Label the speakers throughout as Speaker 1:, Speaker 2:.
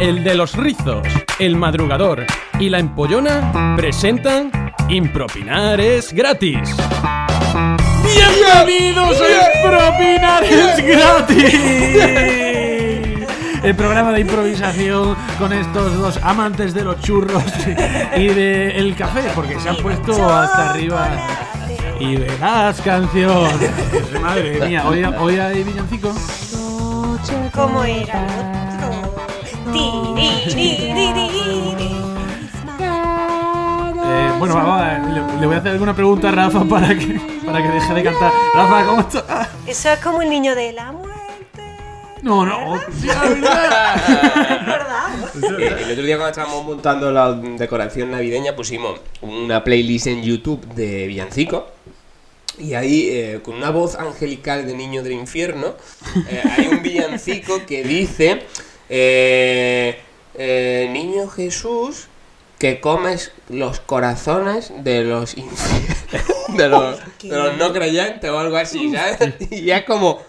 Speaker 1: el de los rizos, el madrugador y la empollona presentan Impropinar es gratis. Bienvenidos a Impropinar es gratis. El programa de improvisación con estos dos amantes de los churros y del café, porque se han puesto hasta arriba. Y verás canciones. Madre mía, hoy, hoy hay villancico.
Speaker 2: ¿Cómo era? Ti, ri, ri, ri, ri.
Speaker 1: Eh, bueno, va, va, le, le voy a hacer alguna pregunta a Rafa para que, para que deje de cantar. Rafa, ¿cómo estás? Ah,
Speaker 2: Eso es como el niño de la muerte.
Speaker 1: No, no. hostia,
Speaker 2: Es verdad.
Speaker 3: Eh, El otro día cuando estábamos montando la decoración navideña pusimos una playlist en YouTube de Villancico. Y ahí, eh, con una voz angelical de niño del infierno, eh, hay un villancico que dice, eh, eh, Niño Jesús, que comes los corazones de los infier- de los, de los no creyentes o algo así, ¿sabes? Y ya es como,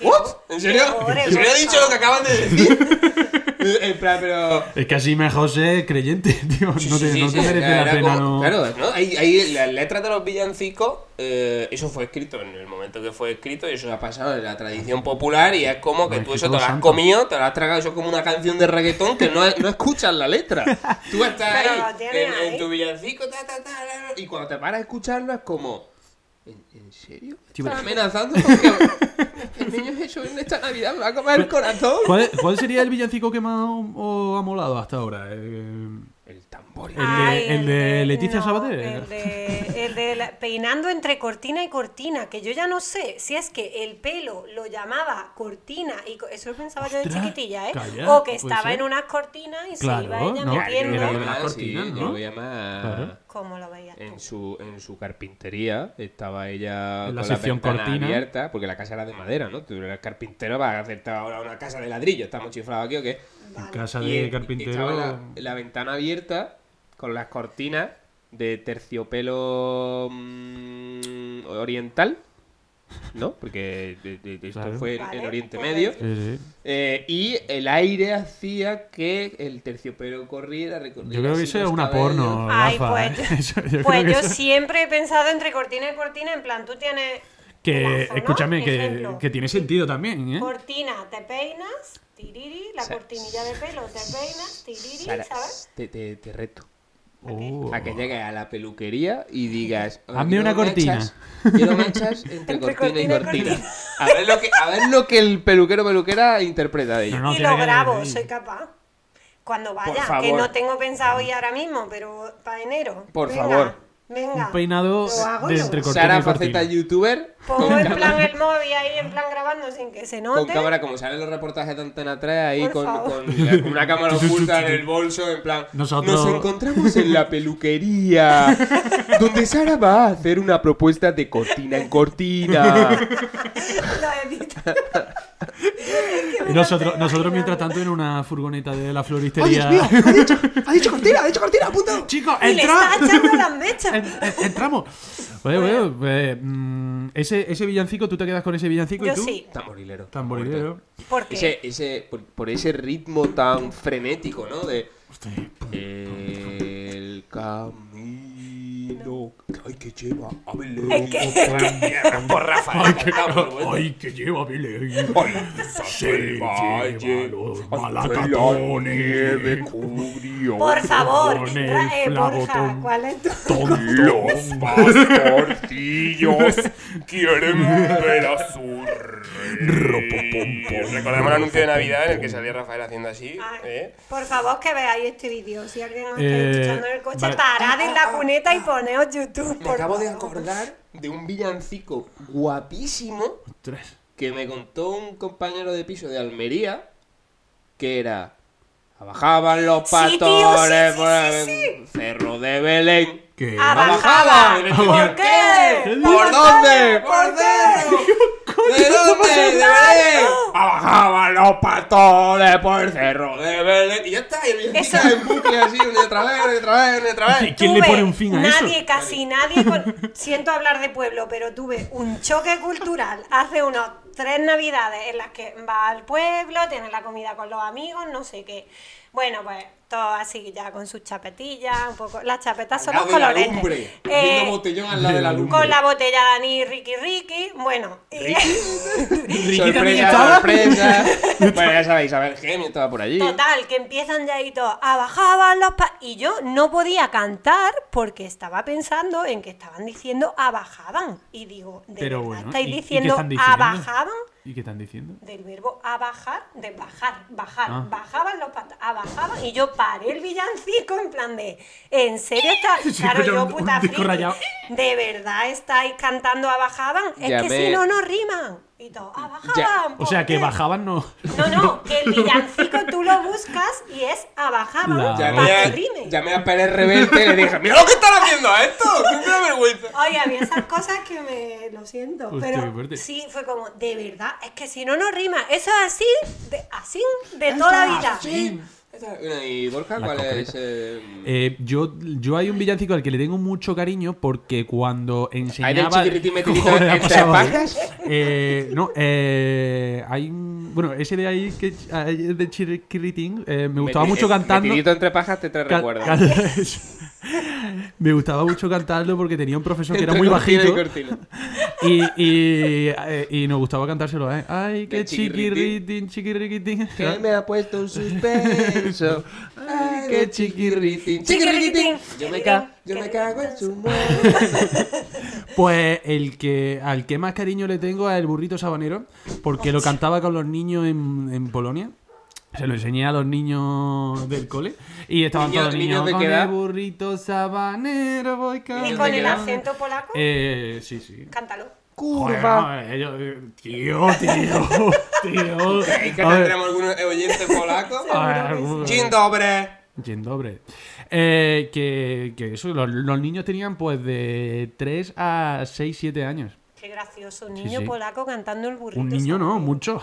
Speaker 3: ¿what? ¿En serio?
Speaker 2: horror,
Speaker 3: ¿En serio he
Speaker 2: macho.
Speaker 3: dicho lo que acaban de decir? En plan, pero...
Speaker 1: Es que así me José creyente, tío.
Speaker 3: Sí,
Speaker 1: No te,
Speaker 3: sí, sí,
Speaker 1: no te
Speaker 3: sí,
Speaker 1: merece
Speaker 3: era
Speaker 1: la pena,
Speaker 3: como-
Speaker 1: no.
Speaker 3: Claro, ¿no? Ahí, ahí las letras de los villancicos, eh, eso fue escrito en el momento que fue escrito, y eso ha pasado en la tradición popular, y es como que
Speaker 1: Ay,
Speaker 3: tú
Speaker 1: qué
Speaker 3: eso te lo
Speaker 1: cosa
Speaker 3: has
Speaker 1: santa.
Speaker 3: comido, te lo has tragado, eso es como una canción de reggaetón que no, no escuchas la letra. Tú estás
Speaker 2: Pero
Speaker 3: ahí,
Speaker 2: lo tienes
Speaker 3: en,
Speaker 2: ahí.
Speaker 3: en tu villancico, ta, ta, ta, ta, y cuando te paras a escucharlo es como... ¿En, en serio?
Speaker 1: Sí,
Speaker 3: ¿Estás
Speaker 1: pero-
Speaker 3: amenazando porque el niño Jesús en esta Navidad me va a comer el corazón?
Speaker 1: ¿Cuál, cuál sería el villancico que más o- o ha molado hasta ahora? Eh,
Speaker 3: El tambor.
Speaker 1: El de- el de Leticia Sabater.
Speaker 2: El de, el de la- peinando entre cortina y cortina, que yo ya no sé si es que el pelo lo llamaba cortina, y co- eso lo pensaba yo de
Speaker 1: Ostras,
Speaker 2: chiquitilla, ¿eh?
Speaker 1: calla,
Speaker 2: o que
Speaker 1: puede
Speaker 2: estaba
Speaker 1: ser.
Speaker 2: en unas cortinas y
Speaker 1: Claro,
Speaker 2: se iba ella
Speaker 1: ¿no?
Speaker 2: metiendo.
Speaker 1: Era lo de la cortina,
Speaker 3: Ah, sí,
Speaker 1: ¿no?
Speaker 3: yo lo voy a llamar-
Speaker 1: Claro.
Speaker 2: ¿Cómo lo veías tú?
Speaker 3: En su, en su carpintería estaba ella
Speaker 1: En la
Speaker 3: con
Speaker 1: sección
Speaker 3: la ventana
Speaker 1: cortina.
Speaker 3: abierta, porque la casa era de madera, ¿no? Tú eras carpintero para hacer ahora una casa de ladrillo, estamos chiflados aquí o qué.
Speaker 1: en casa
Speaker 3: Y-
Speaker 1: de
Speaker 3: y
Speaker 1: carpintero.
Speaker 3: estaba la, la ventana abierta con las cortinas de terciopelo mm, oriental, ¿no? Porque de- de- de esto
Speaker 1: Claro.
Speaker 3: fue en, en
Speaker 2: Vale,
Speaker 3: Oriente
Speaker 2: pues
Speaker 3: Medio.
Speaker 1: Sí, sí.
Speaker 3: Eh, y el aire hacía que el terciopelo corriera, recorriera.
Speaker 1: Yo creo que
Speaker 3: así
Speaker 1: eso
Speaker 3: los
Speaker 1: es una
Speaker 3: cabellos.
Speaker 1: porno,
Speaker 2: Ay,
Speaker 1: Rafa.
Speaker 2: pues yo,
Speaker 1: ¿eh? Eso, yo
Speaker 2: pues
Speaker 1: creo que
Speaker 2: yo
Speaker 1: eso-
Speaker 2: siempre he pensado entre cortina y cortina, en plan, tú tienes...
Speaker 1: que,
Speaker 2: lazo, ¿no?
Speaker 1: escúchame, que,
Speaker 2: Ejemplo.
Speaker 1: que tiene sentido también, ¿eh?
Speaker 2: Cortina, te peinas, tiriri, la
Speaker 3: Sa-
Speaker 2: cortinilla de pelo, te peinas, tiriri,
Speaker 3: Sara,
Speaker 2: ¿sabes?
Speaker 3: te, te- te reto
Speaker 1: Oh.
Speaker 3: a que llegues a la peluquería y digas...
Speaker 1: Hazme
Speaker 3: "Quiero
Speaker 1: una cortina".
Speaker 3: mechas- Quiero mechas entre,
Speaker 2: Entre
Speaker 3: cortina
Speaker 2: cortina y
Speaker 3: y cortina.
Speaker 2: cortina.
Speaker 3: A, ver lo que, a ver lo que el peluquero o peluquera interpreta de ello.
Speaker 1: No, no,
Speaker 2: y
Speaker 1: tiene
Speaker 2: lo
Speaker 1: que-
Speaker 2: grabo,
Speaker 1: sí.
Speaker 2: soy capaz. Cuando
Speaker 3: Por
Speaker 2: vaya,
Speaker 3: favor.
Speaker 2: que no tengo pensado ir ahora mismo, pero para enero.
Speaker 3: Por
Speaker 2: Venga,
Speaker 3: favor.
Speaker 2: Venga.
Speaker 1: Un peinado
Speaker 2: Lo hago,
Speaker 1: de
Speaker 2: lo
Speaker 1: entre
Speaker 2: hago.
Speaker 1: cortina
Speaker 3: Sara,
Speaker 1: y cortina.
Speaker 3: faceta youtuber,
Speaker 2: Pongo en plan el móvil ahí, en plan grabando sin que se
Speaker 3: con
Speaker 2: note.
Speaker 3: cámara, como salen los reportajes de Antena 3, ahí
Speaker 2: Por
Speaker 3: con,
Speaker 2: favor.
Speaker 3: con la- con una cámara oculta en el bolso, en plan...
Speaker 1: Nosotros-
Speaker 3: Nos encontramos en la peluquería, donde Sara va a hacer una propuesta de cortina en cortina.
Speaker 2: Lo edito.
Speaker 1: Y
Speaker 2: Es que me lo
Speaker 1: nosotros, nosotros,
Speaker 2: estoy imaginando.
Speaker 1: mientras tanto, en una furgoneta de la
Speaker 3: ¡Oh,
Speaker 1: floristería.
Speaker 3: Dios mío! ¡Ha dicho, ha dicho cortina! ¡Ha dicho cortina! ¡Apunta!
Speaker 1: Chicos,
Speaker 2: Y le está
Speaker 1: entramos.
Speaker 2: echando las mechas.
Speaker 1: entramos. Oye, oye, eh, mm, ese, ese villancico, tú te quedas con ese villancico y
Speaker 2: Yo
Speaker 1: tú.
Speaker 2: sí.
Speaker 3: Tamborilero.
Speaker 1: Tamborilero.
Speaker 2: Porque
Speaker 3: Ese, ese, por, por ese ritmo tan frenético, ¿no? De. El camino que hay que lleva a Belén. Por Rafa.
Speaker 1: Ay, que,
Speaker 3: Ah, por bueno.
Speaker 1: ay, que lleva Belén.
Speaker 3: Por esa selva
Speaker 1: lleva los
Speaker 3: ante la
Speaker 1: malacatones.
Speaker 3: nieve cubrió
Speaker 2: Por favor,
Speaker 1: Con el
Speaker 2: Ra- eh, Borja,
Speaker 1: flabotón.
Speaker 2: ¿cuál es tu...?
Speaker 3: Los pastorcillos quieren ver a su rey. Recordemos el anuncio de Navidad en el que salía Rafael haciendo así.
Speaker 2: Ay,
Speaker 3: ¿eh?
Speaker 2: Por favor, que veáis este vídeo. Si alguien os está
Speaker 1: Eh,
Speaker 2: escuchando en el coche,
Speaker 1: vale.
Speaker 2: parad en la cuneta y poneos YouTube.
Speaker 3: Ah, Me
Speaker 2: por
Speaker 3: acabo de
Speaker 2: favor. Ah,
Speaker 3: acordar de un villancico guapísimo
Speaker 1: Ostras.
Speaker 3: que me contó un compañero de piso de Almería que era. Bajaban los
Speaker 2: Sí, tío, sí,
Speaker 3: pastores
Speaker 2: sí,
Speaker 3: por el
Speaker 2: sí,
Speaker 3: cerro de Belén.
Speaker 1: ¿Qué?
Speaker 2: Ah, va.
Speaker 3: Abajaban.
Speaker 2: Abajaban. ¿Por qué?
Speaker 3: ¿Por
Speaker 2: ¿Por
Speaker 3: dónde?
Speaker 2: qué?
Speaker 3: ¿Por dónde? ¿De dónde? ¿De Belén? bajaban los pastores por el cerro de Belén. Y ya está, y el
Speaker 2: Eso-
Speaker 3: villancico en bucle así, una y otra vez, una y otra vez, una y otra vez.
Speaker 1: Sí. ¿Quién le
Speaker 2: Tuve
Speaker 1: pone un fin a eso?
Speaker 2: nadie, casi nadie, con- siento hablar de pueblo, pero tuve un choque cultural hace unos tres navidades en las que vas al pueblo, tienes la comida con los amigos, no sé qué. Bueno, pues todo así ya con sus chapetillas, un poco. Las chapetas son
Speaker 3: Al
Speaker 2: los
Speaker 3: lado de la
Speaker 2: colores. Eh,
Speaker 3: lumbre. Viendo botellón al lado de la lumbre.
Speaker 2: con la botella Dani Ricky Ricky, bueno. y-
Speaker 1: Ricky también
Speaker 3: Sorpresa,
Speaker 1: estaba.
Speaker 3: sorpresa. bueno, ya sabéis, a ver, Gemio estaba por allí.
Speaker 2: Total, que empiezan ya y todo, "Ah, bajaban los pa-". Y yo no podía cantar porque estaba pensando en que estaban diciendo abajaban. Y digo, ¿de
Speaker 1: Pero
Speaker 2: verdad
Speaker 1: bueno,
Speaker 2: estáis
Speaker 1: ¿y- y qué
Speaker 2: diciendo,
Speaker 1: están diciendo?
Speaker 2: abajaban?
Speaker 1: ¿Y qué están diciendo?
Speaker 2: Del verbo abajar, de bajar, bajar,
Speaker 1: Ah.
Speaker 2: bajaban los patas, abajaban y yo paré el villancico en plan de, ¿en serio está?
Speaker 1: Sí,
Speaker 2: claro,
Speaker 1: pero
Speaker 2: yo
Speaker 1: un-
Speaker 2: puta
Speaker 1: un disco
Speaker 2: friki,
Speaker 1: rayado.
Speaker 2: ¿de verdad estáis cantando abajaban? Es
Speaker 3: Ya
Speaker 2: que
Speaker 3: ve.
Speaker 2: si no, no riman. Y todo, abajaban.
Speaker 1: O sea, que
Speaker 2: porque-".
Speaker 1: bajaban no.
Speaker 2: No, no, que el villancico tú lo buscas y es abajaban
Speaker 1: La-
Speaker 2: para
Speaker 3: Llamé
Speaker 2: que
Speaker 3: a,
Speaker 2: rime.
Speaker 3: llamé a Pérez Reverte y le dije, mira lo que están haciendo a esto, qué una vergüenza.
Speaker 2: Oye, había esas cosas que me... lo siento,
Speaker 1: Hostia, qué
Speaker 2: pero
Speaker 1: fuerte.
Speaker 2: sí, fue como, de verdad, es que si no, no rima. Eso es así, de, así, de toda la vida.
Speaker 3: Sí. Bueno, ¿Y Borja
Speaker 1: La
Speaker 3: cuál
Speaker 1: concreta.
Speaker 3: es? eh,
Speaker 1: Eh, yo, yo hay un villancico al que le tengo mucho cariño porque cuando
Speaker 3: ¿Hay del
Speaker 1: Eh, enseñaba...
Speaker 3: chiquiritín metido
Speaker 1: Joder, ha
Speaker 3: entre
Speaker 1: pasado, ¿eh?
Speaker 3: pajas?
Speaker 1: Eh, no, eh, hay un... Bueno, ese de ahí que eh, de chiquiritín eh, me gustaba
Speaker 3: Meti-
Speaker 1: mucho cantando.
Speaker 3: Metidito entre pajas te trae
Speaker 1: Ca-
Speaker 3: recuerdos.
Speaker 1: ca- me gustaba mucho cantarlo porque tenía un profesor que era muy
Speaker 3: Entre cortina
Speaker 1: bajito.
Speaker 3: y cortina.
Speaker 1: Y, y, eh, y nos gustaba cantárselo, ¿eh? Ay, qué
Speaker 3: De
Speaker 1: chiquirritín, chiquirriquitín.
Speaker 3: Que me ha puesto un suspenso. Ay, qué chiquirritín.
Speaker 2: Chiquirritín.
Speaker 3: Chiquirritín. Yo me, ca yo me cago en su muerte.
Speaker 1: Pues el que al que más cariño le tengo es el burrito sabanero, porque lo cantaba con los niños en, en Polonia. Se lo enseñé a los niños del cole y estaban
Speaker 3: Niño-
Speaker 1: todos los niños
Speaker 3: niños de
Speaker 1: con
Speaker 3: qué edad?
Speaker 1: el burrito sabanero voy
Speaker 2: Y
Speaker 1: caminando.
Speaker 2: con el
Speaker 3: quedaba?
Speaker 2: acento polaco,
Speaker 1: Eh, sí, sí.
Speaker 2: cántalo.
Speaker 1: Joder,
Speaker 3: Curva.
Speaker 1: no, ellos- eh, tío, tío, tío.
Speaker 3: ¿Creéis que
Speaker 1: A ver, ah, uh,
Speaker 3: tendremos algún oyente polaco?
Speaker 1: a ver, algún-
Speaker 3: Dzień dobry.
Speaker 1: Dzień dobry. Eh, que, que eso, los, los niños tenían pues de 3 a 6, 7 años.
Speaker 2: Qué gracioso, un niño
Speaker 1: sí.
Speaker 2: polaco cantando el burrito.
Speaker 1: Un niño no,
Speaker 2: sabanero.
Speaker 1: mucho.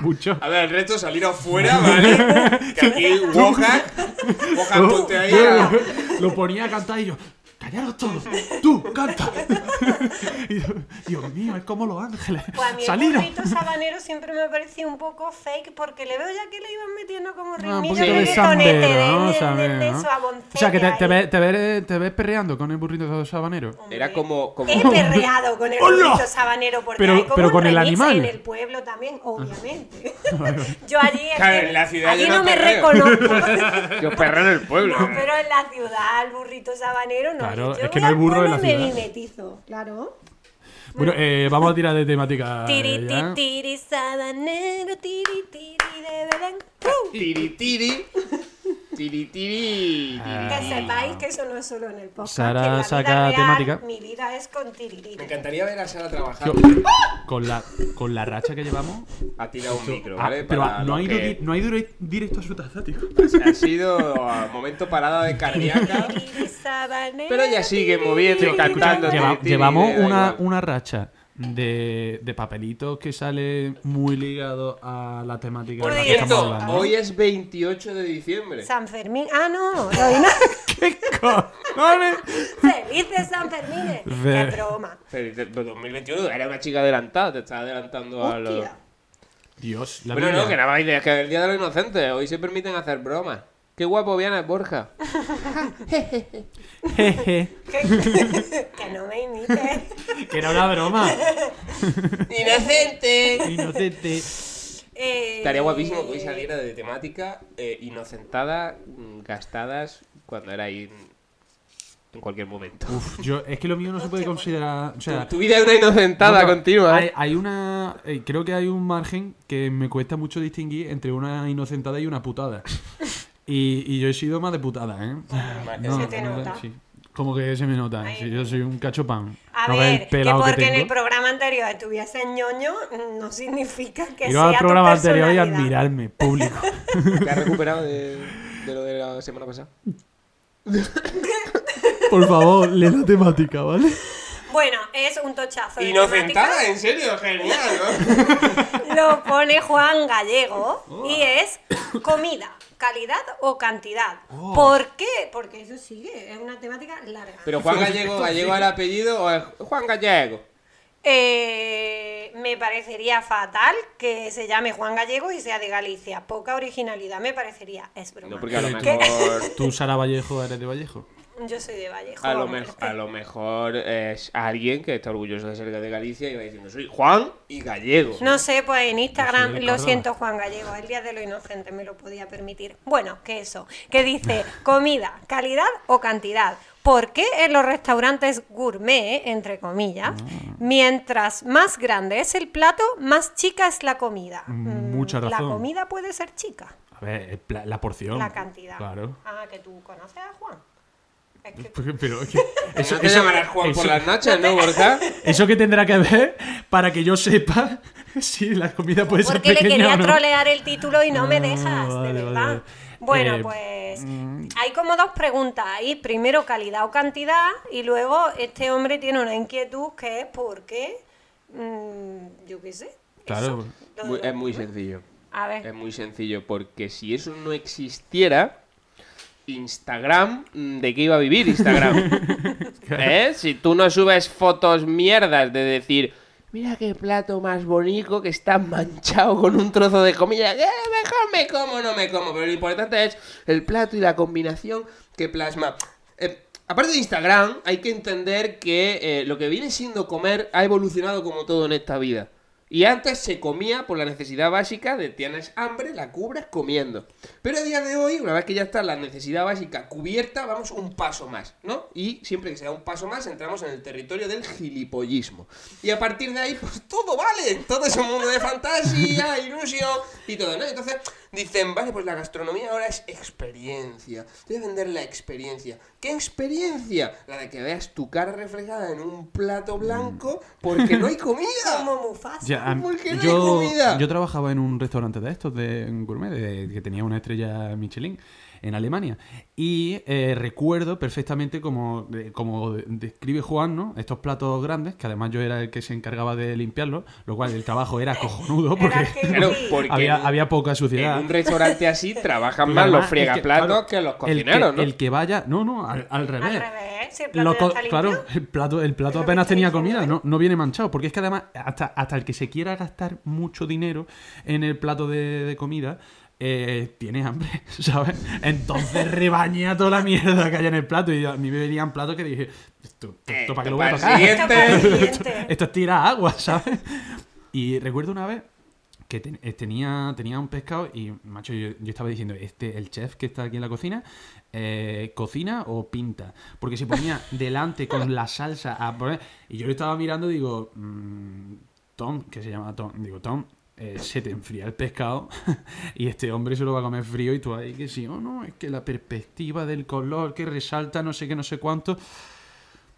Speaker 1: mucho.
Speaker 3: A ver, el reto es salir afuera, ¿vale? Que aquí Woja. Woja, ponte ahí.
Speaker 1: Yo
Speaker 3: a-
Speaker 1: lo- lo ponía a cantar y yo, callaros todos, tú, canta. Y yo, Dios mío, es como los ángeles.
Speaker 2: Pues a mí el
Speaker 1: Saliros.
Speaker 2: burrito sabanero siempre me parecía un poco fake porque le veo ya que le iban metiendo como
Speaker 1: Ah, un
Speaker 2: ritmillo
Speaker 1: poquito de
Speaker 2: reggaetonete, de,
Speaker 1: sambero, ¿no?
Speaker 2: de- de-
Speaker 1: Saber,
Speaker 2: de
Speaker 1: ¿no?
Speaker 2: suaboncete
Speaker 1: O sea, que te, te
Speaker 2: ahí.
Speaker 1: ves, te, ves, te ves perreando con el burrito sabanero.
Speaker 2: Hombre,
Speaker 3: Era como. como...
Speaker 2: He perreado con el
Speaker 1: ¡Hola!
Speaker 2: burrito sabanero porque
Speaker 1: Pero-
Speaker 2: hay como
Speaker 1: pero
Speaker 2: un
Speaker 1: con el
Speaker 2: remix
Speaker 1: animal.
Speaker 2: en el pueblo también, obviamente. Yo allí,
Speaker 3: Claro,
Speaker 2: es que
Speaker 3: en la ciudad
Speaker 2: allí
Speaker 3: yo no
Speaker 2: no me
Speaker 3: perreo.
Speaker 2: reconozco.
Speaker 3: Yo perro en el pueblo.
Speaker 2: No, pero en la ciudad, el burrito sabanero no.
Speaker 1: Claro,
Speaker 2: Yo
Speaker 1: es que
Speaker 2: voy
Speaker 1: no hay
Speaker 2: al
Speaker 1: burro en
Speaker 2: pueblo
Speaker 1: la
Speaker 2: y
Speaker 1: ciudad.
Speaker 2: Me mimetizo, claro.
Speaker 1: Bueno, eh, vamos a tirar de temática. eh,
Speaker 2: Tiri,
Speaker 1: Ah, ya.
Speaker 2: tiri, tiri, sabanero, tiri, tiri, de Belén. ¡Uh!
Speaker 3: Tiri tiri. Tiri tiri.
Speaker 1: Ah.
Speaker 2: Que sepáis que eso no es solo en el podcast.
Speaker 1: Sara
Speaker 2: que en la
Speaker 1: saca
Speaker 2: vida real,
Speaker 1: temática.
Speaker 2: Mi vida es con
Speaker 3: Me
Speaker 2: tiririta.
Speaker 3: encantaría ver a Sara trabajar.
Speaker 1: Yo- Con la, con la racha que llevamos.
Speaker 3: Ha tirado un micro,
Speaker 1: Ah,
Speaker 3: ¿vale?
Speaker 1: pero ah,
Speaker 3: Para
Speaker 1: no
Speaker 3: los
Speaker 1: ha, ido
Speaker 3: que-
Speaker 1: di- no ha ido dire- directo a su taza, tío.
Speaker 3: Ha sido ah, momento parada de cardíaca.
Speaker 2: Tiri, sabanero,
Speaker 3: Pero ella sigue moviendo y
Speaker 2: tiri,
Speaker 1: Escucha,
Speaker 3: cantando.
Speaker 1: lleva-
Speaker 3: tiri, tiri,
Speaker 1: llevamos
Speaker 3: le da
Speaker 1: una,
Speaker 3: igual.
Speaker 1: una racha de, de papelitos que sale muy ligado a la temática
Speaker 2: Por
Speaker 1: de la que estamos
Speaker 3: Cierto,
Speaker 1: hablando.
Speaker 3: hoy es 28 de diciembre.
Speaker 2: San Fermín. Ah, no. no, no.
Speaker 1: ¿Qué cojones?
Speaker 2: Felices San Fermín. Qué
Speaker 1: Ver.
Speaker 2: broma.
Speaker 3: Feliz- pero 2021 era una chica adelantada, te estás adelantando a los.
Speaker 2: Hostia.
Speaker 1: Dios, la
Speaker 3: Bueno,
Speaker 1: vida.
Speaker 3: no, que nada más idea, que el día de los inocentes. Hoy se permiten hacer bromas. Qué guapo viene Borja.
Speaker 1: Jeje,
Speaker 2: Que, que no me imites.
Speaker 1: que era una broma.
Speaker 3: ¡Inocente!
Speaker 1: Inocente.
Speaker 2: Eh,
Speaker 3: Estaría guapísimo pues, que hoy saliera de temática eh, inocentada, mm, gastadas, cuando era ahí mm, en cualquier momento.
Speaker 1: Uf, yo, es que lo mío no se puede considerar. O sea,
Speaker 3: Tu vida es una inocentada
Speaker 1: No, pero
Speaker 3: continua.
Speaker 1: Hay,
Speaker 3: ¿eh?
Speaker 1: hay una. eh, creo que hay un margen que me cuesta mucho distinguir entre una inocentada y una putada. Y, y yo he sido más de putada, ¿eh?
Speaker 2: se te nota.
Speaker 1: sí. Como que se me nota.
Speaker 2: Ay,
Speaker 1: sí, yo soy un cachopán.
Speaker 2: A
Speaker 1: No veis el
Speaker 2: ver, que
Speaker 1: pelado
Speaker 2: porque en
Speaker 1: tengo.
Speaker 2: el programa anterior estuviese ñoño no significa que
Speaker 1: Ir
Speaker 2: sea
Speaker 1: al
Speaker 2: tu
Speaker 1: programa anterior y
Speaker 2: personalidad.
Speaker 1: admirarme, público.
Speaker 3: Te has recuperado de, de lo de la semana pasada.
Speaker 1: Por favor, lee la temática, ¿vale?
Speaker 2: Bueno, es un tochazo. de
Speaker 3: Inocentada,
Speaker 2: temáticas.
Speaker 3: en serio, genial, ¿no?
Speaker 2: Lo pone Juan Gallego
Speaker 3: Oh.
Speaker 2: y es comida, calidad o cantidad. ¿Por qué? Porque eso sigue, es una temática larga.
Speaker 3: Oh. Pero Juan Gallego, ¿Gallego al apellido o es Juan Gallego?
Speaker 2: Eh, me parecería fatal que se llame Juan Gallego y sea de Galicia. Poca originalidad me parecería. Es broma.
Speaker 3: No, porque a lo
Speaker 2: ¿Qué?
Speaker 3: mejor...
Speaker 1: ¿Tú, Sara Vallejo, eres de Vallejo?
Speaker 2: Yo soy de Vallejo.
Speaker 3: A lo,
Speaker 2: hombre,
Speaker 3: mej-
Speaker 2: es que-
Speaker 3: a lo mejor es alguien que está orgulloso de ser de Galicia y va diciendo, soy Juan y Gallego.
Speaker 2: No sé, pues en Instagram,
Speaker 1: Pues sí,
Speaker 2: lo
Speaker 1: claro.
Speaker 2: siento Juan Gallego, el día de lo inocente me lo podía permitir. Bueno, que eso, que dice comida, calidad o cantidad. ¿Por qué en los restaurantes gourmet, entre comillas,
Speaker 3: Ah.
Speaker 2: mientras más grande es el plato, más chica es la comida?
Speaker 1: Mm, mucha
Speaker 2: La
Speaker 1: razón.
Speaker 2: comida puede ser chica,
Speaker 1: A ver, el pla- la porción.
Speaker 2: la cantidad.
Speaker 1: Oh, Claro. Pues,
Speaker 2: Ah, que tú conoces a Juan. Es que-
Speaker 1: Pero es que-
Speaker 3: Eso, te llamarás Juan por
Speaker 1: eso-
Speaker 3: las nachas, ¿no, Borja?
Speaker 1: ¿Eso qué tendrá que ver para que yo sepa si la comida puede ser
Speaker 2: Porque le
Speaker 1: pequeña
Speaker 2: quería
Speaker 1: o no?
Speaker 2: trolear el título y no me
Speaker 1: Ah,
Speaker 2: dejas,
Speaker 1: vale,
Speaker 2: de
Speaker 1: vale,
Speaker 2: verdad.
Speaker 1: vale.
Speaker 2: Bueno,
Speaker 1: Eh,
Speaker 2: pues hay como dos preguntas ahí. Primero, calidad o cantidad. Y luego, este hombre tiene una inquietud que es por qué, mm, yo qué sé.
Speaker 1: Claro.
Speaker 2: Lo de
Speaker 3: Muy-
Speaker 2: los-
Speaker 3: es muy em sencillo.
Speaker 2: A
Speaker 3: Es
Speaker 2: ver,
Speaker 3: muy sencillo, porque si eso no existiera, Instagram, mm, ¿de qué iba a vivir Instagram? ¿Eh? Si tú no subes fotos mierdas de decir, mira qué plato más bonito que está manchado con un trozo de comida, que mejor me como no me como, pero lo importante es el plato y la combinación que plasma. Eh, Aparte de Instagram, hay que entender que eh, lo que viene siendo comer ha evolucionado como todo en esta vida. Y antes se comía por la necesidad básica de tienes hambre, la cubras comiendo. Pero a día de hoy, una vez que ya está la necesidad básica cubierta, vamos un paso más, ¿no? Y siempre que se da un paso más, entramos en el territorio del gilipollismo. Y a partir de ahí, pues todo vale. Todo es un mundo de fantasía, ilusión y todo, ¿no? Entonces dicen, vale, pues la gastronomía ahora es experiencia. Te voy a vender la experiencia. ¿Qué experiencia? La de que veas tu cara reflejada en un plato blanco porque no hay comida.
Speaker 2: como Mufasa.
Speaker 1: Ya, a mí-
Speaker 3: ¿Por qué no hay
Speaker 1: yo,
Speaker 3: comida?
Speaker 1: yo trabajaba en un restaurante de estos, de un gourmet, de- que tenía una estrella Michelin en Alemania. Y eh, recuerdo perfectamente como, de- como describe Juan, ¿no? Estos platos grandes, que además yo era el que se encargaba de limpiarlos, lo cual el trabajo era cojonudo
Speaker 2: Era
Speaker 1: porque
Speaker 2: que-
Speaker 3: Claro, porque
Speaker 1: había,
Speaker 3: en-
Speaker 1: había poca
Speaker 3: en
Speaker 1: suciedad.
Speaker 3: un restaurante así trabajan
Speaker 1: Y
Speaker 3: más
Speaker 1: además
Speaker 3: los
Speaker 1: es
Speaker 3: friegaplatos
Speaker 1: claro,
Speaker 3: que, los
Speaker 1: el
Speaker 3: cocineros, ¿no?
Speaker 1: El que vaya, no, no, al, al
Speaker 2: Al
Speaker 1: revés.
Speaker 2: revés, si el plato
Speaker 1: Lo
Speaker 2: ya
Speaker 1: co-
Speaker 2: está limpio.
Speaker 1: claro, el plato, el plato
Speaker 2: lo que
Speaker 1: apenas
Speaker 2: estoy
Speaker 1: tenía
Speaker 2: diciendo,
Speaker 1: comida,
Speaker 2: ¿eh?
Speaker 1: no, no viene manchado. Porque es que además, hasta, hasta el que se quiera gastar mucho dinero en el plato de, de comida, eh, tiene hambre, ¿sabes? Entonces rebaña toda la mierda que haya en el plato. Y a mí me venían platos que dije, ¿esto, esto para qué lo voy a
Speaker 3: Esto
Speaker 1: tocar?
Speaker 3: para Eh, el
Speaker 2: Esto para el siguiente.
Speaker 1: Esto es tirar agua, ¿sabes? Y recuerdo una vez que ten- eh, tenía, tenía un pescado y, macho, yo, yo estaba diciendo, este, el chef que está aquí en la cocina, eh, ¿cocina o pinta? Porque se ponía delante con la salsa a poner... Y yo le estaba mirando y digo, mm, Tom, que se llama Tom, digo, Tom, eh, se te enfría el pescado y este hombre se lo va a comer frío y tú ahí que sí, oh no, es que la perspectiva del color que resalta no sé qué, no sé cuánto...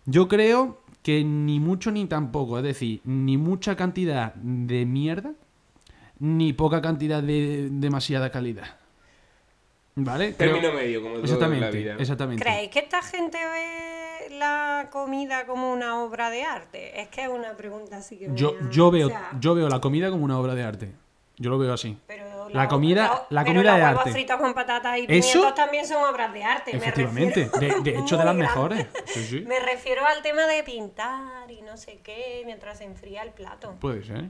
Speaker 1: Yo creo que ni mucho ni tampoco, es decir, ni mucha cantidad de mierda, ni poca cantidad de demasiada calidad. ¿Vale? Creo-
Speaker 3: Término medio, como todo en la
Speaker 1: Exactamente,
Speaker 3: vida.
Speaker 1: exactamente.
Speaker 2: ¿Creéis que esta gente ve la comida como una obra de arte? Es que es una pregunta así que me
Speaker 1: Yo,
Speaker 2: ha-
Speaker 1: yo, veo,
Speaker 2: o sea,
Speaker 1: yo veo la comida como una obla de arte. Yo lo veo así.
Speaker 2: Pero
Speaker 1: La comida- la
Speaker 2: pero
Speaker 1: comida de
Speaker 2: huevos
Speaker 1: arte.
Speaker 2: fritos con patatas y
Speaker 1: Eso-
Speaker 2: pimientos también son obras de arte. me
Speaker 1: Efectivamente.
Speaker 2: refiero.
Speaker 1: De, de hecho,
Speaker 2: Muy
Speaker 1: de las
Speaker 2: grande.
Speaker 1: mejores. Sí, sí.
Speaker 2: Me refiero al tema de pintar y no sé qué mientras se enfría el plato.
Speaker 1: Puede ser.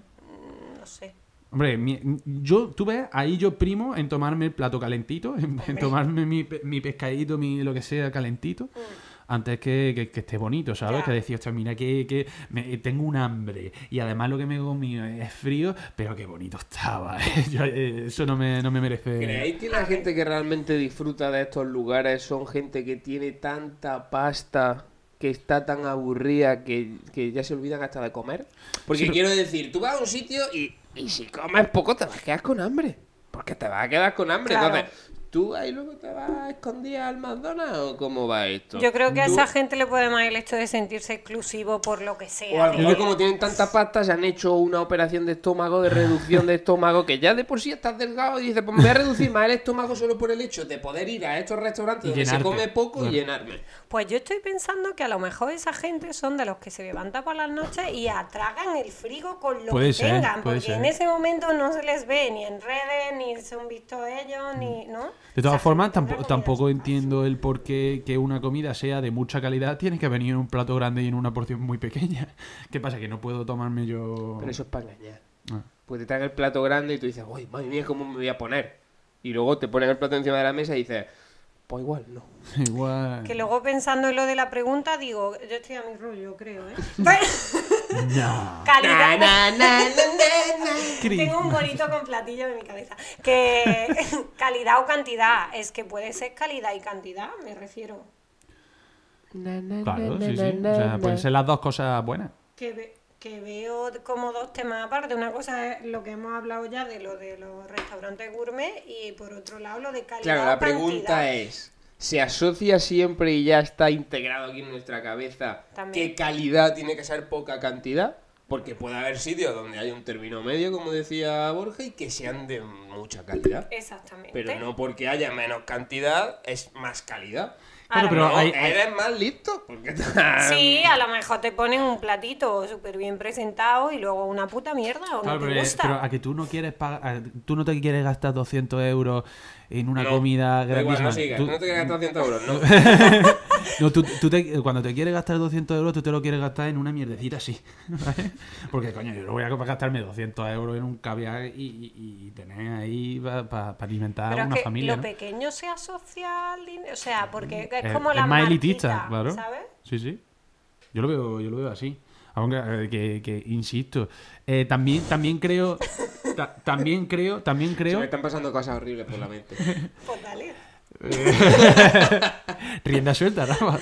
Speaker 2: No sé.
Speaker 1: Hombre, mi- yo, tú ves, ahí yo primo en tomarme el plato calentito, en, en tomarme mi, pe- mi pescadito, mi lo que sea calentito, antes que, que- que esté bonito, ¿sabes?
Speaker 2: Mm. Ya.
Speaker 1: Que decir, hostia, mira que, que me- tengo un hambre y además lo que me he comido es frío, pero qué bonito estaba. Yo, eh, eso no me, no me merece.
Speaker 3: ¿Creéis que la gente que realmente disfruta de estos lugares son gente que tiene tanta pasta que está tan aburrida que, que ya se olvidan hasta de comer? Porque quiero decir, tú vas a un sitio y, y si comes poco te vas a quedar con hambre. Porque te vas a quedar con hambre.
Speaker 2: Claro.
Speaker 3: Entonces, ¿Tú ahí luego te vas a escondida al McDonald's o cómo va esto?
Speaker 2: Yo creo que a
Speaker 3: Tú-
Speaker 2: esa gente le puede más el hecho de sentirse exclusivo por lo que
Speaker 3: O a
Speaker 2: sea.
Speaker 3: lo mejor como tienen tanta pasta, se han hecho una operación de estómago, de reducción de estómago, que ya de por sí estás delgado y dices, pues me voy a reducir más el estómago solo por el hecho de poder ir a estos restaurantes
Speaker 1: Y
Speaker 3: donde se
Speaker 1: llenarte.
Speaker 3: come poco
Speaker 1: Claro.
Speaker 3: y llenarme.
Speaker 2: Pues yo estoy pensando que a lo mejor esa gente son de los que se levanta por las noches y atragan el frigo con lo
Speaker 1: Puede
Speaker 2: que
Speaker 1: ser,
Speaker 2: tengan,
Speaker 1: puede
Speaker 2: porque
Speaker 1: ser.
Speaker 2: en ese momento no se les ve ni en redes, ni se han visto ellos, ni. ¿no?
Speaker 1: Mm. De todas
Speaker 2: O sea,
Speaker 1: formas,
Speaker 2: una
Speaker 1: tampoco,
Speaker 2: comida
Speaker 1: tampoco
Speaker 2: es
Speaker 1: entiendo el por qué que una comida sea de mucha calidad tiene que venir en un plato grande y en una porción muy pequeña. ¿Qué pasa? Que no puedo tomarme yo...
Speaker 3: Pero eso es para engañar.
Speaker 1: Ah.
Speaker 3: Pues te traen el plato grande y tú dices, uy, madre mía, ¿cómo me voy a poner? Y luego te ponen el plato encima de la mesa y dices, pues igual no.
Speaker 1: Igual...
Speaker 2: Que luego pensando en lo de la pregunta, digo, yo estoy a mi rollo, creo, ¿eh? Pero-
Speaker 1: No.
Speaker 3: Na,
Speaker 2: Calidad.
Speaker 3: na, na, na, na, na.
Speaker 2: Tengo un bonito con platillo en mi cabeza. Que calidad o cantidad, es que puede ser calidad y cantidad, me refiero.
Speaker 1: Claro, sí, sí. O sea, pueden ser las dos cosas buenas.
Speaker 2: Que, ve- que veo como dos temas aparte. Una cosa es lo que hemos hablado ya de lo de los restaurantes gourmet y por otro lado lo de calidad.
Speaker 3: Claro,
Speaker 2: o
Speaker 3: la pregunta
Speaker 2: cantidad.
Speaker 3: es, ¿se asocia siempre y ya está integrado aquí en nuestra cabeza
Speaker 2: También.
Speaker 3: que calidad tiene que ser poca cantidad? Porque puede haber sitios donde hay un término medio, como decía Borja, y que sean de mucha calidad.
Speaker 2: Exactamente.
Speaker 3: Pero no porque haya menos cantidad, es más calidad.
Speaker 1: Claro,
Speaker 2: Ahora
Speaker 1: pero
Speaker 3: No,
Speaker 1: hay- hay-
Speaker 3: eres más listo. Porque
Speaker 2: Sí, a lo mejor te ponen un platito súper bien presentado y luego una puta mierda o no
Speaker 1: Claro,
Speaker 2: te
Speaker 1: pero,
Speaker 2: gusta.
Speaker 1: pero a que tú no quieres pagar, a- tú no te quieres gastar 200 euros en una comida
Speaker 3: da igual,
Speaker 1: grandísima.
Speaker 3: no sigas,
Speaker 1: Tú-
Speaker 3: no te quedas 200 euros, no.
Speaker 1: no, tú- tú te- cuando te quieres gastar 200 euros, tú te lo quieres gastar en una mierdecita así. ¿vale? Porque, coño, yo no voy a gastarme 200 euros en un caviar y, y- y tener ahí para alimentar
Speaker 2: Pero
Speaker 1: a
Speaker 2: es
Speaker 1: una
Speaker 2: que
Speaker 1: familia.
Speaker 2: lo
Speaker 1: ¿no?
Speaker 2: pequeño se asocia al dinero, o sea, porque es,
Speaker 1: Eh,
Speaker 2: como la
Speaker 1: más
Speaker 2: marquita,
Speaker 1: elitista, claro.
Speaker 2: ¿sabes?
Speaker 1: Sí, sí. Yo lo veo, yo lo veo así. Aunque eh, que, que, insisto, eh, también también creo ta- también creo, también
Speaker 3: Se
Speaker 1: creo
Speaker 3: me están pasando cosas horribles por la mente.
Speaker 2: Pues dale.
Speaker 1: rienda suelta, Rafa.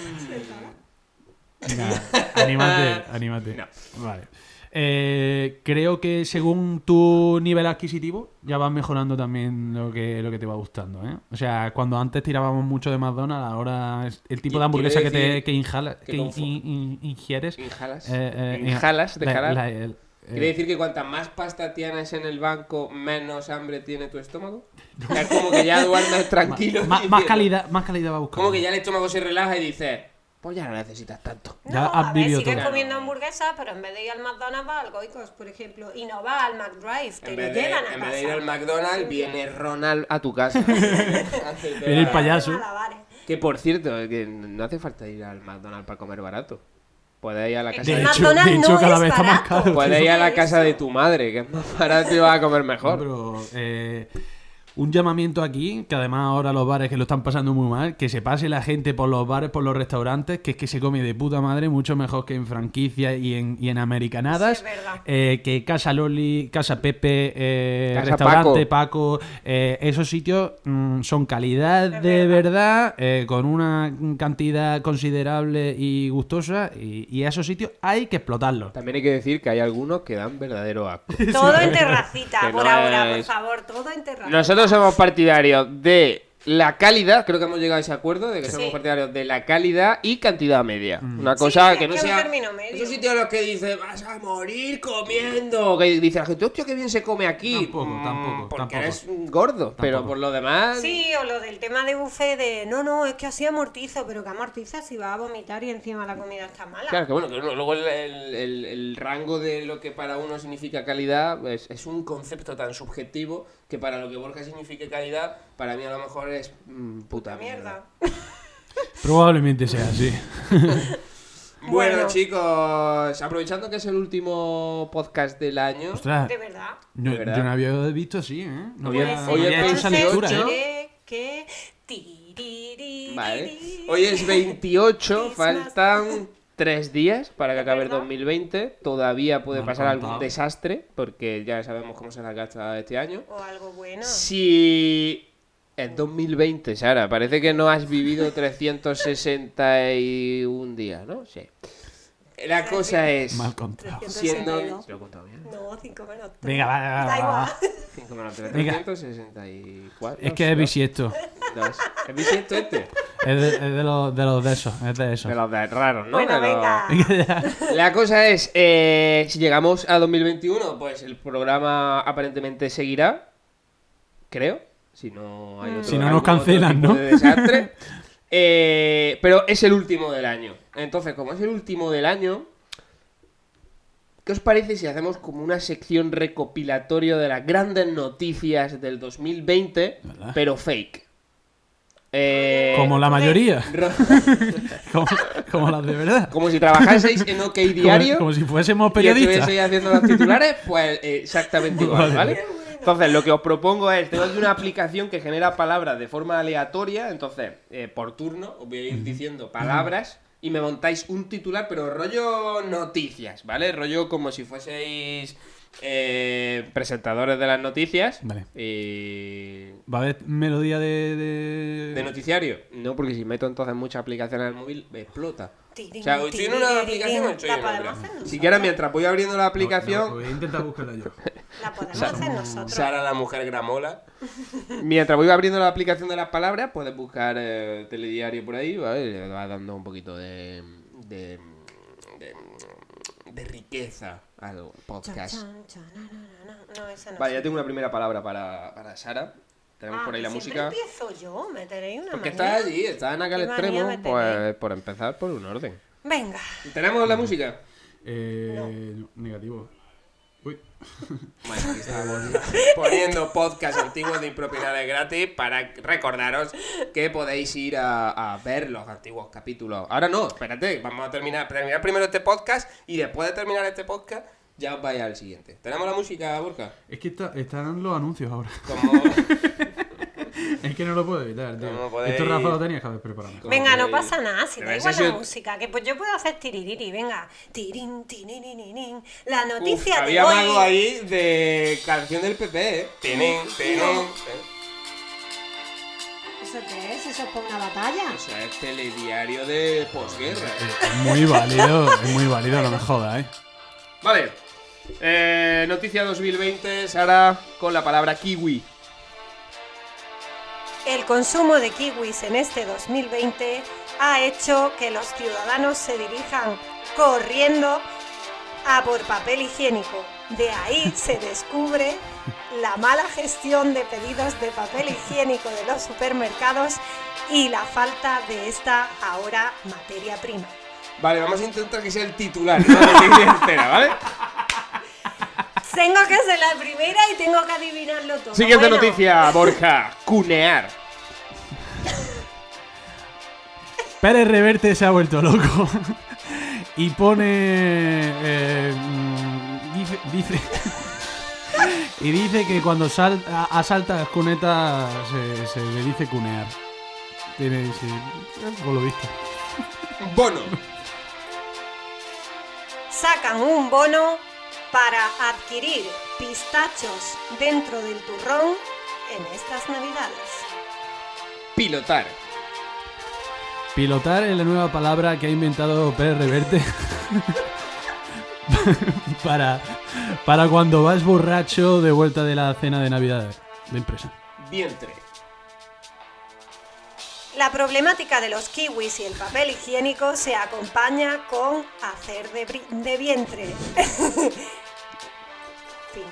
Speaker 1: Venga, anímate, anímate.
Speaker 3: Ah, No.
Speaker 1: Vale. Eh, creo que según tu nivel adquisitivo ya vas mejorando también lo que, lo que te va gustando. ¿eh? O sea, cuando antes tirábamos mucho de McDonald's, ahora es- el tipo
Speaker 3: Qui-
Speaker 1: de hamburguesa que,
Speaker 3: quiere
Speaker 1: te,
Speaker 3: decir
Speaker 1: que, injala-
Speaker 3: que
Speaker 1: que in-
Speaker 3: confo-
Speaker 1: in- in- ingieres
Speaker 3: Injalas.
Speaker 1: Eh, eh,
Speaker 3: Injalas, de
Speaker 1: la-
Speaker 3: jalar.
Speaker 1: la- el-
Speaker 3: ¿Quiere
Speaker 1: eh,
Speaker 3: decir que cuanta más pasta tienes en el banco, menos hambre tiene tu estómago? Es como que ya duermes tranquilo.
Speaker 1: ma-
Speaker 3: y
Speaker 1: más,
Speaker 3: dices-
Speaker 1: calidad, más calidad va a buscar.
Speaker 3: Como que ya el estómago se relaja y dices, pues ya no necesitas tanto.
Speaker 1: Ya
Speaker 2: no,
Speaker 1: has
Speaker 2: a ver,
Speaker 1: vivido
Speaker 2: sigues
Speaker 1: todo.
Speaker 2: comiendo hamburguesas, pero en vez de ir al McDonald's va al Goicos, pues, por ejemplo, y no va al McDrive, te
Speaker 3: En
Speaker 2: lo
Speaker 3: vez, de,
Speaker 2: llevan a
Speaker 3: en
Speaker 2: casa.
Speaker 3: vez de ir al McDonald's, viene Ronald a tu casa.
Speaker 1: Viene el payaso.
Speaker 2: Hacen malabares.
Speaker 3: Que por cierto, que no hace falta ir al McDonald's para comer barato. Puedes ir a la casa
Speaker 2: que
Speaker 1: de
Speaker 2: el
Speaker 3: de,
Speaker 1: hecho,
Speaker 2: McDonald's
Speaker 1: de hecho
Speaker 2: no
Speaker 1: cada
Speaker 2: es
Speaker 1: vez está más
Speaker 2: barato.
Speaker 1: caro.
Speaker 3: puedes ir a la casa de
Speaker 2: Eso.
Speaker 3: tu madre, que es más barato y vas a comer
Speaker 1: No,
Speaker 3: mejor.
Speaker 1: pero, eh, un llamamiento aquí, que además ahora los bares que lo están pasando muy mal, que se pase la gente por los bares, por los restaurantes, que es que se come de puta madre mucho mejor que en franquicia y en, y en americanadas.
Speaker 2: Sí, es verdad.
Speaker 1: Eh, que Casa Loli, Casa Pepe, eh,
Speaker 3: Casa
Speaker 1: Restaurante Paco, eh, esos sitios mm, son calidad
Speaker 2: Es
Speaker 1: de verdad,
Speaker 2: verdad.
Speaker 1: eh, con una cantidad considerable y gustosa, y, y a esos sitios hay que explotarlos.
Speaker 3: También hay que decir que hay algunos que dan verdadero asco.
Speaker 2: Todo en terracita,
Speaker 3: Que no
Speaker 2: por ahora,
Speaker 3: es-
Speaker 2: por favor, todo en terracita.
Speaker 3: Nosotros somos partidarios de la calidad, creo que hemos llegado a ese acuerdo de que
Speaker 2: Sí.
Speaker 3: somos partidarios de la calidad y cantidad media.
Speaker 1: Mm.
Speaker 2: Sí,
Speaker 3: Una cosa
Speaker 2: que
Speaker 3: que no
Speaker 2: haya un
Speaker 3: sea.
Speaker 2: término medio.
Speaker 3: Esos sitios en los que dice vas a morir comiendo. Que dice la gente, hostia, qué bien se come aquí. Mm,
Speaker 1: Tampoco, tampoco,
Speaker 3: Porque
Speaker 1: tampoco.
Speaker 3: eres un gordo, pero por lo demás.
Speaker 2: Sí, o lo del tema de buffet de no, no, es que así amortiza, pero que amortiza si va a vomitar y encima la comida está mala.
Speaker 3: Claro, que bueno, que uno- luego el, el- el- el rango de lo que para uno significa calidad pues, es, es un concepto tan subjetivo que para lo que Borja signifique calidad, para mí a lo mejor es mm, puta mierda.
Speaker 2: Mierda.
Speaker 1: Probablemente sea así.
Speaker 3: Bueno,
Speaker 2: Bueno.
Speaker 3: chicos, aprovechando que es el último podcast del año,
Speaker 1: Ostras,
Speaker 2: De verdad. Pues
Speaker 1: No,
Speaker 3: De verdad.
Speaker 1: yo no había visto así, ¿eh? No
Speaker 3: Hoy
Speaker 1: había,
Speaker 3: es-
Speaker 1: no
Speaker 3: hoy es
Speaker 1: había hecho esa
Speaker 3: 28.
Speaker 1: lectura, ¿eh?
Speaker 2: diré que tiririri.
Speaker 3: vale. Hoy es 28,
Speaker 2: Christmas.
Speaker 3: faltan tres días para que acabe el
Speaker 2: ¿Verdad?
Speaker 3: 2020. Todavía puede
Speaker 1: Me han
Speaker 3: pasar algún
Speaker 1: contado.
Speaker 3: desastre, porque ya sabemos cómo se la gasta este año.
Speaker 2: O algo bueno.
Speaker 3: Si es 2020, Sara, parece que no has vivido 361 días, ¿no? Sí. La cosa es,
Speaker 1: ¿eh? Mal contado.
Speaker 3: siendo...
Speaker 2: 362.
Speaker 3: ¿Lo he contado bien?
Speaker 2: No, 5 menos tres.
Speaker 1: Venga, va, va,
Speaker 2: Da
Speaker 1: va,
Speaker 2: igual.
Speaker 1: va.
Speaker 3: 5 menos 3,
Speaker 1: Venga.
Speaker 3: 364.
Speaker 1: Es que
Speaker 3: ¿no?
Speaker 1: es bisiesto.
Speaker 3: Dos. ¿Has visto esto este?
Speaker 1: Es de, es de los de, los de esos, es de esos.
Speaker 3: De los de raros, ¿no?
Speaker 2: Bueno,
Speaker 3: De los-
Speaker 2: venga.
Speaker 3: La cosa es, eh, si llegamos a 2021, pues el programa aparentemente seguirá, creo, si no
Speaker 2: Mm.
Speaker 3: hay otro-
Speaker 1: Si no nos
Speaker 3: algún otro
Speaker 1: cancelan,
Speaker 3: tipo
Speaker 1: ¿no?
Speaker 3: de desastre. Eh, pero es el último del año. Entonces, como es el último del año, ¿qué os parece si hacemos como una sección recopilatorio de las grandes noticias del 2020,
Speaker 1: ¿Verdad?
Speaker 3: pero fake? Eh,
Speaker 1: Como la mayoría,
Speaker 3: ro-
Speaker 1: como, como las de verdad.
Speaker 3: como si trabajaseis en OK Diario.
Speaker 1: Como, como si fuésemos
Speaker 3: Y
Speaker 1: periodistas.
Speaker 3: estoy haciendo los titulares, pues eh, exactamente igual,
Speaker 1: Vale.
Speaker 3: ¿vale? Entonces, lo que os propongo es, tengo aquí una aplicación que genera palabras de forma aleatoria, entonces, eh, por turno, os voy a ir diciendo palabras y me montáis un titular, pero rollo noticias, ¿vale? Rollo como si fueseis eh, presentadores de las noticias.
Speaker 1: Vale.
Speaker 3: Eh,
Speaker 1: Va a haber melodía de. de-
Speaker 3: de noticiario. No, porque si meto entonces muchas aplicaciones al móvil, me explota.
Speaker 2: Tirín,
Speaker 3: O sea, estoy en una
Speaker 2: tirín,
Speaker 3: aplicación o estoy
Speaker 2: la
Speaker 3: en otra.
Speaker 2: podemos hacer nosotros.
Speaker 3: Siquiera mientras voy abriendo la aplicación,
Speaker 1: No, no, voy a intentar buscarla yo.
Speaker 2: La podemos hacer nosotros.
Speaker 3: Sara la mujer gramola. Mientras voy abriendo la aplicación de las palabras, puedes buscar eh, telediario por ahí, ¿vale? Y Le va dando un poquito de. de. de, de riqueza al
Speaker 2: Chan,
Speaker 3: podcast.
Speaker 2: chan, chan, na, na, na, na. No, esa no
Speaker 3: Vale,
Speaker 2: sé.
Speaker 3: ya tengo una primera palabra para, para Sara. Tenemos
Speaker 2: Ah,
Speaker 3: por ahí la
Speaker 2: que
Speaker 3: música.
Speaker 2: Siempre empiezo yo, me tenéis una
Speaker 3: Porque está
Speaker 2: manía.
Speaker 3: allí, está en aquel
Speaker 2: Qué manía
Speaker 3: extremo.
Speaker 2: me tenéis.
Speaker 3: Pues por empezar por un orden. Mm.
Speaker 2: Venga.
Speaker 3: ¿Tenemos la música?
Speaker 1: Eh, Negativo. Uy.
Speaker 3: Bueno, aquí estamos poniendo podcast antiguos de Impropinables gratis para recordaros que podéis ir a, a ver los antiguos capítulos. Ahora no, espérate, vamos a terminar, terminar primero este podcast y después de terminar este podcast ya os vais al siguiente. ¿Tenemos la música, Burka?
Speaker 1: Es que está- están los anuncios ahora.
Speaker 3: Como...
Speaker 1: Es que no lo puedo evitar, tío.
Speaker 3: No lo podéis-
Speaker 1: Esto Rafa lo tenías que haber preparado. Eh,
Speaker 3: Como
Speaker 2: Venga,
Speaker 3: que-
Speaker 2: no pasa nada, si
Speaker 3: Pero
Speaker 2: da
Speaker 3: ese
Speaker 2: igual
Speaker 3: es
Speaker 2: la
Speaker 3: el-
Speaker 2: música, que pues yo puedo hacer tiririri, venga. Tirin, tiririririn. La
Speaker 3: Uf,
Speaker 2: noticia de
Speaker 3: había
Speaker 2: hoy.
Speaker 3: algo ahí de canción del PP, ¿eh? Tienen, tienen.
Speaker 2: ¿Eso qué es? ¿Eso es por una batalla?
Speaker 3: O sea, es telediario de posguerra. ¿eh?
Speaker 1: Es muy válido, es muy válido, no me jodas, eh.
Speaker 3: Vale. Eh, noticia 2020, Sara, con la palabra kiwi.
Speaker 2: El consumo de kiwis en este 2020 ha hecho que los ciudadanos se dirijan corriendo a por papel higiénico. De ahí se descubre la mala gestión de pedidos de papel higiénico de los supermercados y la falta de esta ahora materia prima.
Speaker 3: Vale, vamos a intentar que sea el titular, no la noticia entera, ¿vale?
Speaker 2: Tengo que ser la primera y tengo que adivinarlo todo.
Speaker 3: Siguiente
Speaker 2: Bueno,
Speaker 3: noticia, Borja. Cunear.
Speaker 1: Pérez Reverte se ha vuelto loco y pone. eh, mm, dice, dice- y dice que cuando sal- a- asalta las cunetas se, se le dice cunear. Tiene, sí, por lo visto.
Speaker 3: Bono.
Speaker 2: sacan un bono para adquirir pistachos dentro del turrón en estas navidades.
Speaker 3: Pilotar.
Speaker 1: Pilotar es la nueva palabra que ha inventado Pérez Reverte para, para cuando vas borracho de vuelta de la cena de Navidad de empresa.
Speaker 3: Vientre.
Speaker 2: La problemática de los kiwis y el papel higiénico se acompaña con hacer de, bri- de vientre. Fin.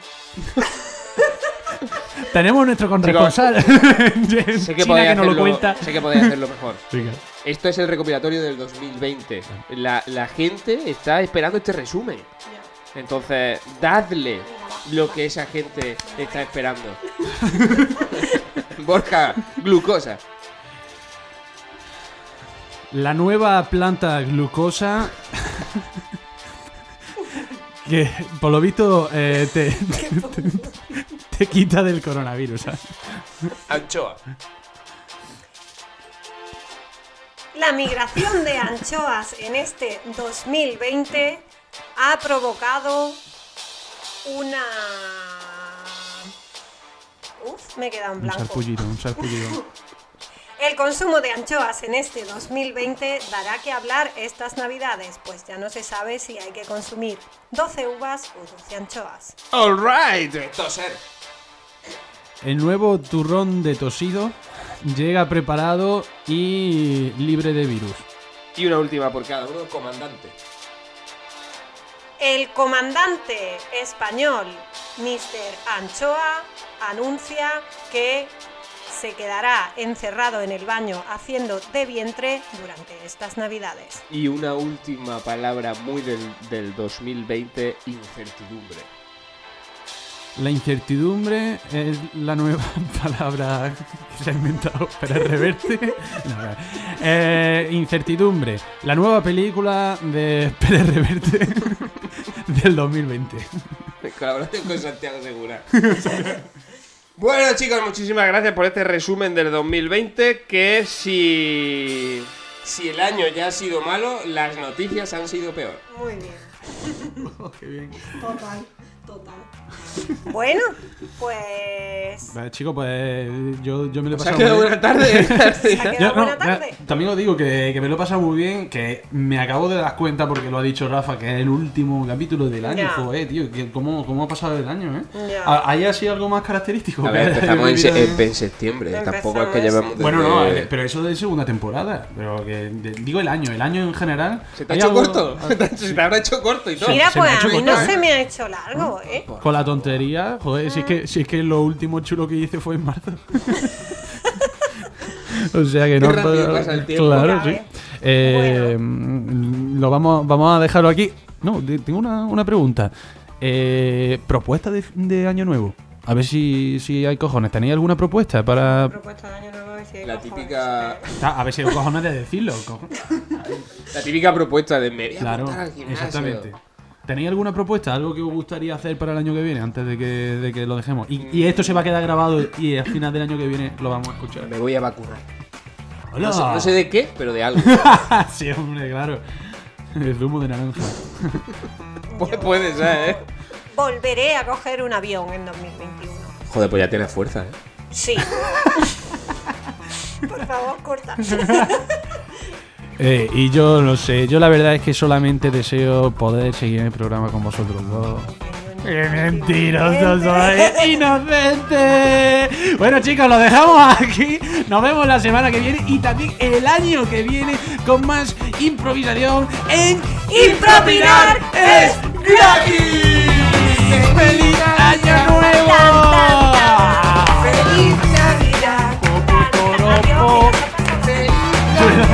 Speaker 1: Tenemos nuestro corresponsal.
Speaker 3: Sé que
Speaker 1: China
Speaker 3: podéis
Speaker 1: que nos lo
Speaker 3: hacerlo-
Speaker 1: cuenta.
Speaker 3: Sé que podéis hacerlo mejor.
Speaker 1: Venga.
Speaker 3: Esto es el recopilatorio del 2020. La, la gente está esperando este resumen. Entonces, dadle lo que esa gente está esperando. Borja, glucosa.
Speaker 1: La nueva planta glucosa. que por lo visto eh, te, te- te quita del coronavirus. ¿sabes?
Speaker 3: Anchoa.
Speaker 2: La migración de anchoas en este 2020 ha provocado una... Uf, me he quedado en
Speaker 1: Un
Speaker 2: blanco.
Speaker 1: sarpullido, un sarpullido.
Speaker 2: El consumo de anchoas en este 2020 dará que hablar estas navidades, pues ya no se sabe si hay que consumir 12 uvas o 12 anchoas.
Speaker 3: Alright, toser.
Speaker 1: El nuevo turrón de tosido. llega preparado y libre de virus.
Speaker 3: Y una última por cada uno, comandante.
Speaker 2: El comandante español, Mr. Anchoa, anuncia que se quedará encerrado en el baño haciendo de vientre durante estas navidades.
Speaker 3: Y una última palabra muy del, del 2020, incertidumbre.
Speaker 1: La incertidumbre es la nueva palabra que se ha inventado para Reverte. No, no. Eh, incertidumbre, la nueva película de Pérez Reverte del 2020.
Speaker 3: Colaboración con Santiago Segura. bueno, chicos, muchísimas gracias por este resumen del 2020. Que si. Si el año ya ha sido malo, las noticias han sido peor.
Speaker 2: Muy bien.
Speaker 1: Oh, qué bien.
Speaker 2: Total, total. Bueno, pues.
Speaker 1: Vale, chico, pues yo, yo me lo he
Speaker 3: Se ha
Speaker 1: pasado
Speaker 3: quedado
Speaker 1: muy
Speaker 3: buena
Speaker 1: bien.
Speaker 2: Se ha
Speaker 3: tarde.
Speaker 2: quedado
Speaker 1: Yo- no,
Speaker 2: buena tarde.
Speaker 1: ya, también os digo que, que me lo he pasado muy bien, que me acabo de dar cuenta porque lo ha dicho Rafa, que es el último capítulo del año,
Speaker 2: Ya.
Speaker 1: joder, tío, que cómo, cómo ha pasado el año, ¿eh?
Speaker 2: Ya.
Speaker 1: ¿Ha- ¿Hay así algo más característico?
Speaker 3: A ver,
Speaker 1: que hayas
Speaker 3: empezamos en,
Speaker 1: vivido
Speaker 3: se- eh,
Speaker 1: en-
Speaker 3: en septiembre. Tampoco es
Speaker 2: Empezamos.
Speaker 3: que llevamos.
Speaker 1: Bueno,
Speaker 3: desde-
Speaker 1: no, eh, pero eso de segunda temporada, pero que de- digo el año, el año en general...
Speaker 3: Se te ha
Speaker 1: ¿hay
Speaker 3: hecho
Speaker 1: algo-
Speaker 3: corto. Se te ha hecho- se te habrá hecho corto y todo.
Speaker 2: Mira,
Speaker 1: se me
Speaker 2: pues
Speaker 1: ha
Speaker 2: a
Speaker 1: hecho ¿eh?
Speaker 2: mí no
Speaker 1: cortar,
Speaker 2: se me ha hecho largo, ¿eh?
Speaker 1: Con la tontería, joder, si es que, si es que lo último chulo que hice fue en marzo. o sea que no.
Speaker 3: rápido pasa el tiempo.
Speaker 1: Claro,
Speaker 2: Ya
Speaker 1: sí.
Speaker 2: ves.
Speaker 1: Eh, mm, Lo vamos, vamos a dejarlo aquí. No, te- tengo una, una pregunta. Eh, propuesta de, de año nuevo. A ver si, si hay cojones. ¿Tenéis alguna propuesta para.?
Speaker 2: Propuesta de año nuevo y si hay
Speaker 3: La
Speaker 2: cojones,
Speaker 3: típica,
Speaker 2: ¿eh?
Speaker 1: Ah, A ver si hay cojones de decirlo. cojo-
Speaker 3: la típica propuesta de media.
Speaker 1: Claro, exactamente. ¿Tenéis alguna propuesta? ¿Algo que os gustaría hacer para el año que viene antes de que, de que lo dejemos? Y, y esto se va a quedar grabado y al final del año que viene lo vamos a escuchar.
Speaker 3: Me voy a vacunar.
Speaker 1: ¡Hola!
Speaker 3: No sé, no sé de qué, pero de algo.
Speaker 1: sí, hombre, claro. El zumo de naranja.
Speaker 3: Pu- puede ser, ¿eh?
Speaker 2: Volveré a coger un avión en 2021.
Speaker 3: Joder, pues ya tienes fuerza, ¿eh?
Speaker 2: Sí. Por favor, corta.
Speaker 1: Eh, y yo no sé, yo la verdad es que solamente deseo poder seguir el programa con vosotros dos. ¡Qué mentiroso soy! ¡Inocente! Bueno, chicos, lo dejamos aquí. Nos vemos la semana que viene y también el año que viene con más improvisación en
Speaker 2: Impropinar es
Speaker 1: gratis. ¡Feliz Año Nuevo!
Speaker 2: ¡Feliz Navidad!
Speaker 1: Popotoropo.
Speaker 2: ¡Feliz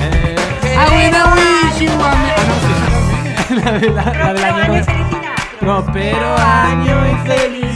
Speaker 1: Eh, I wanna wish you a me- Ah, no, sí, sí. La de la- la del año
Speaker 2: Navidad!
Speaker 1: nuevo.
Speaker 2: ¡Feliz Navidad!
Speaker 1: Prospero año y feliz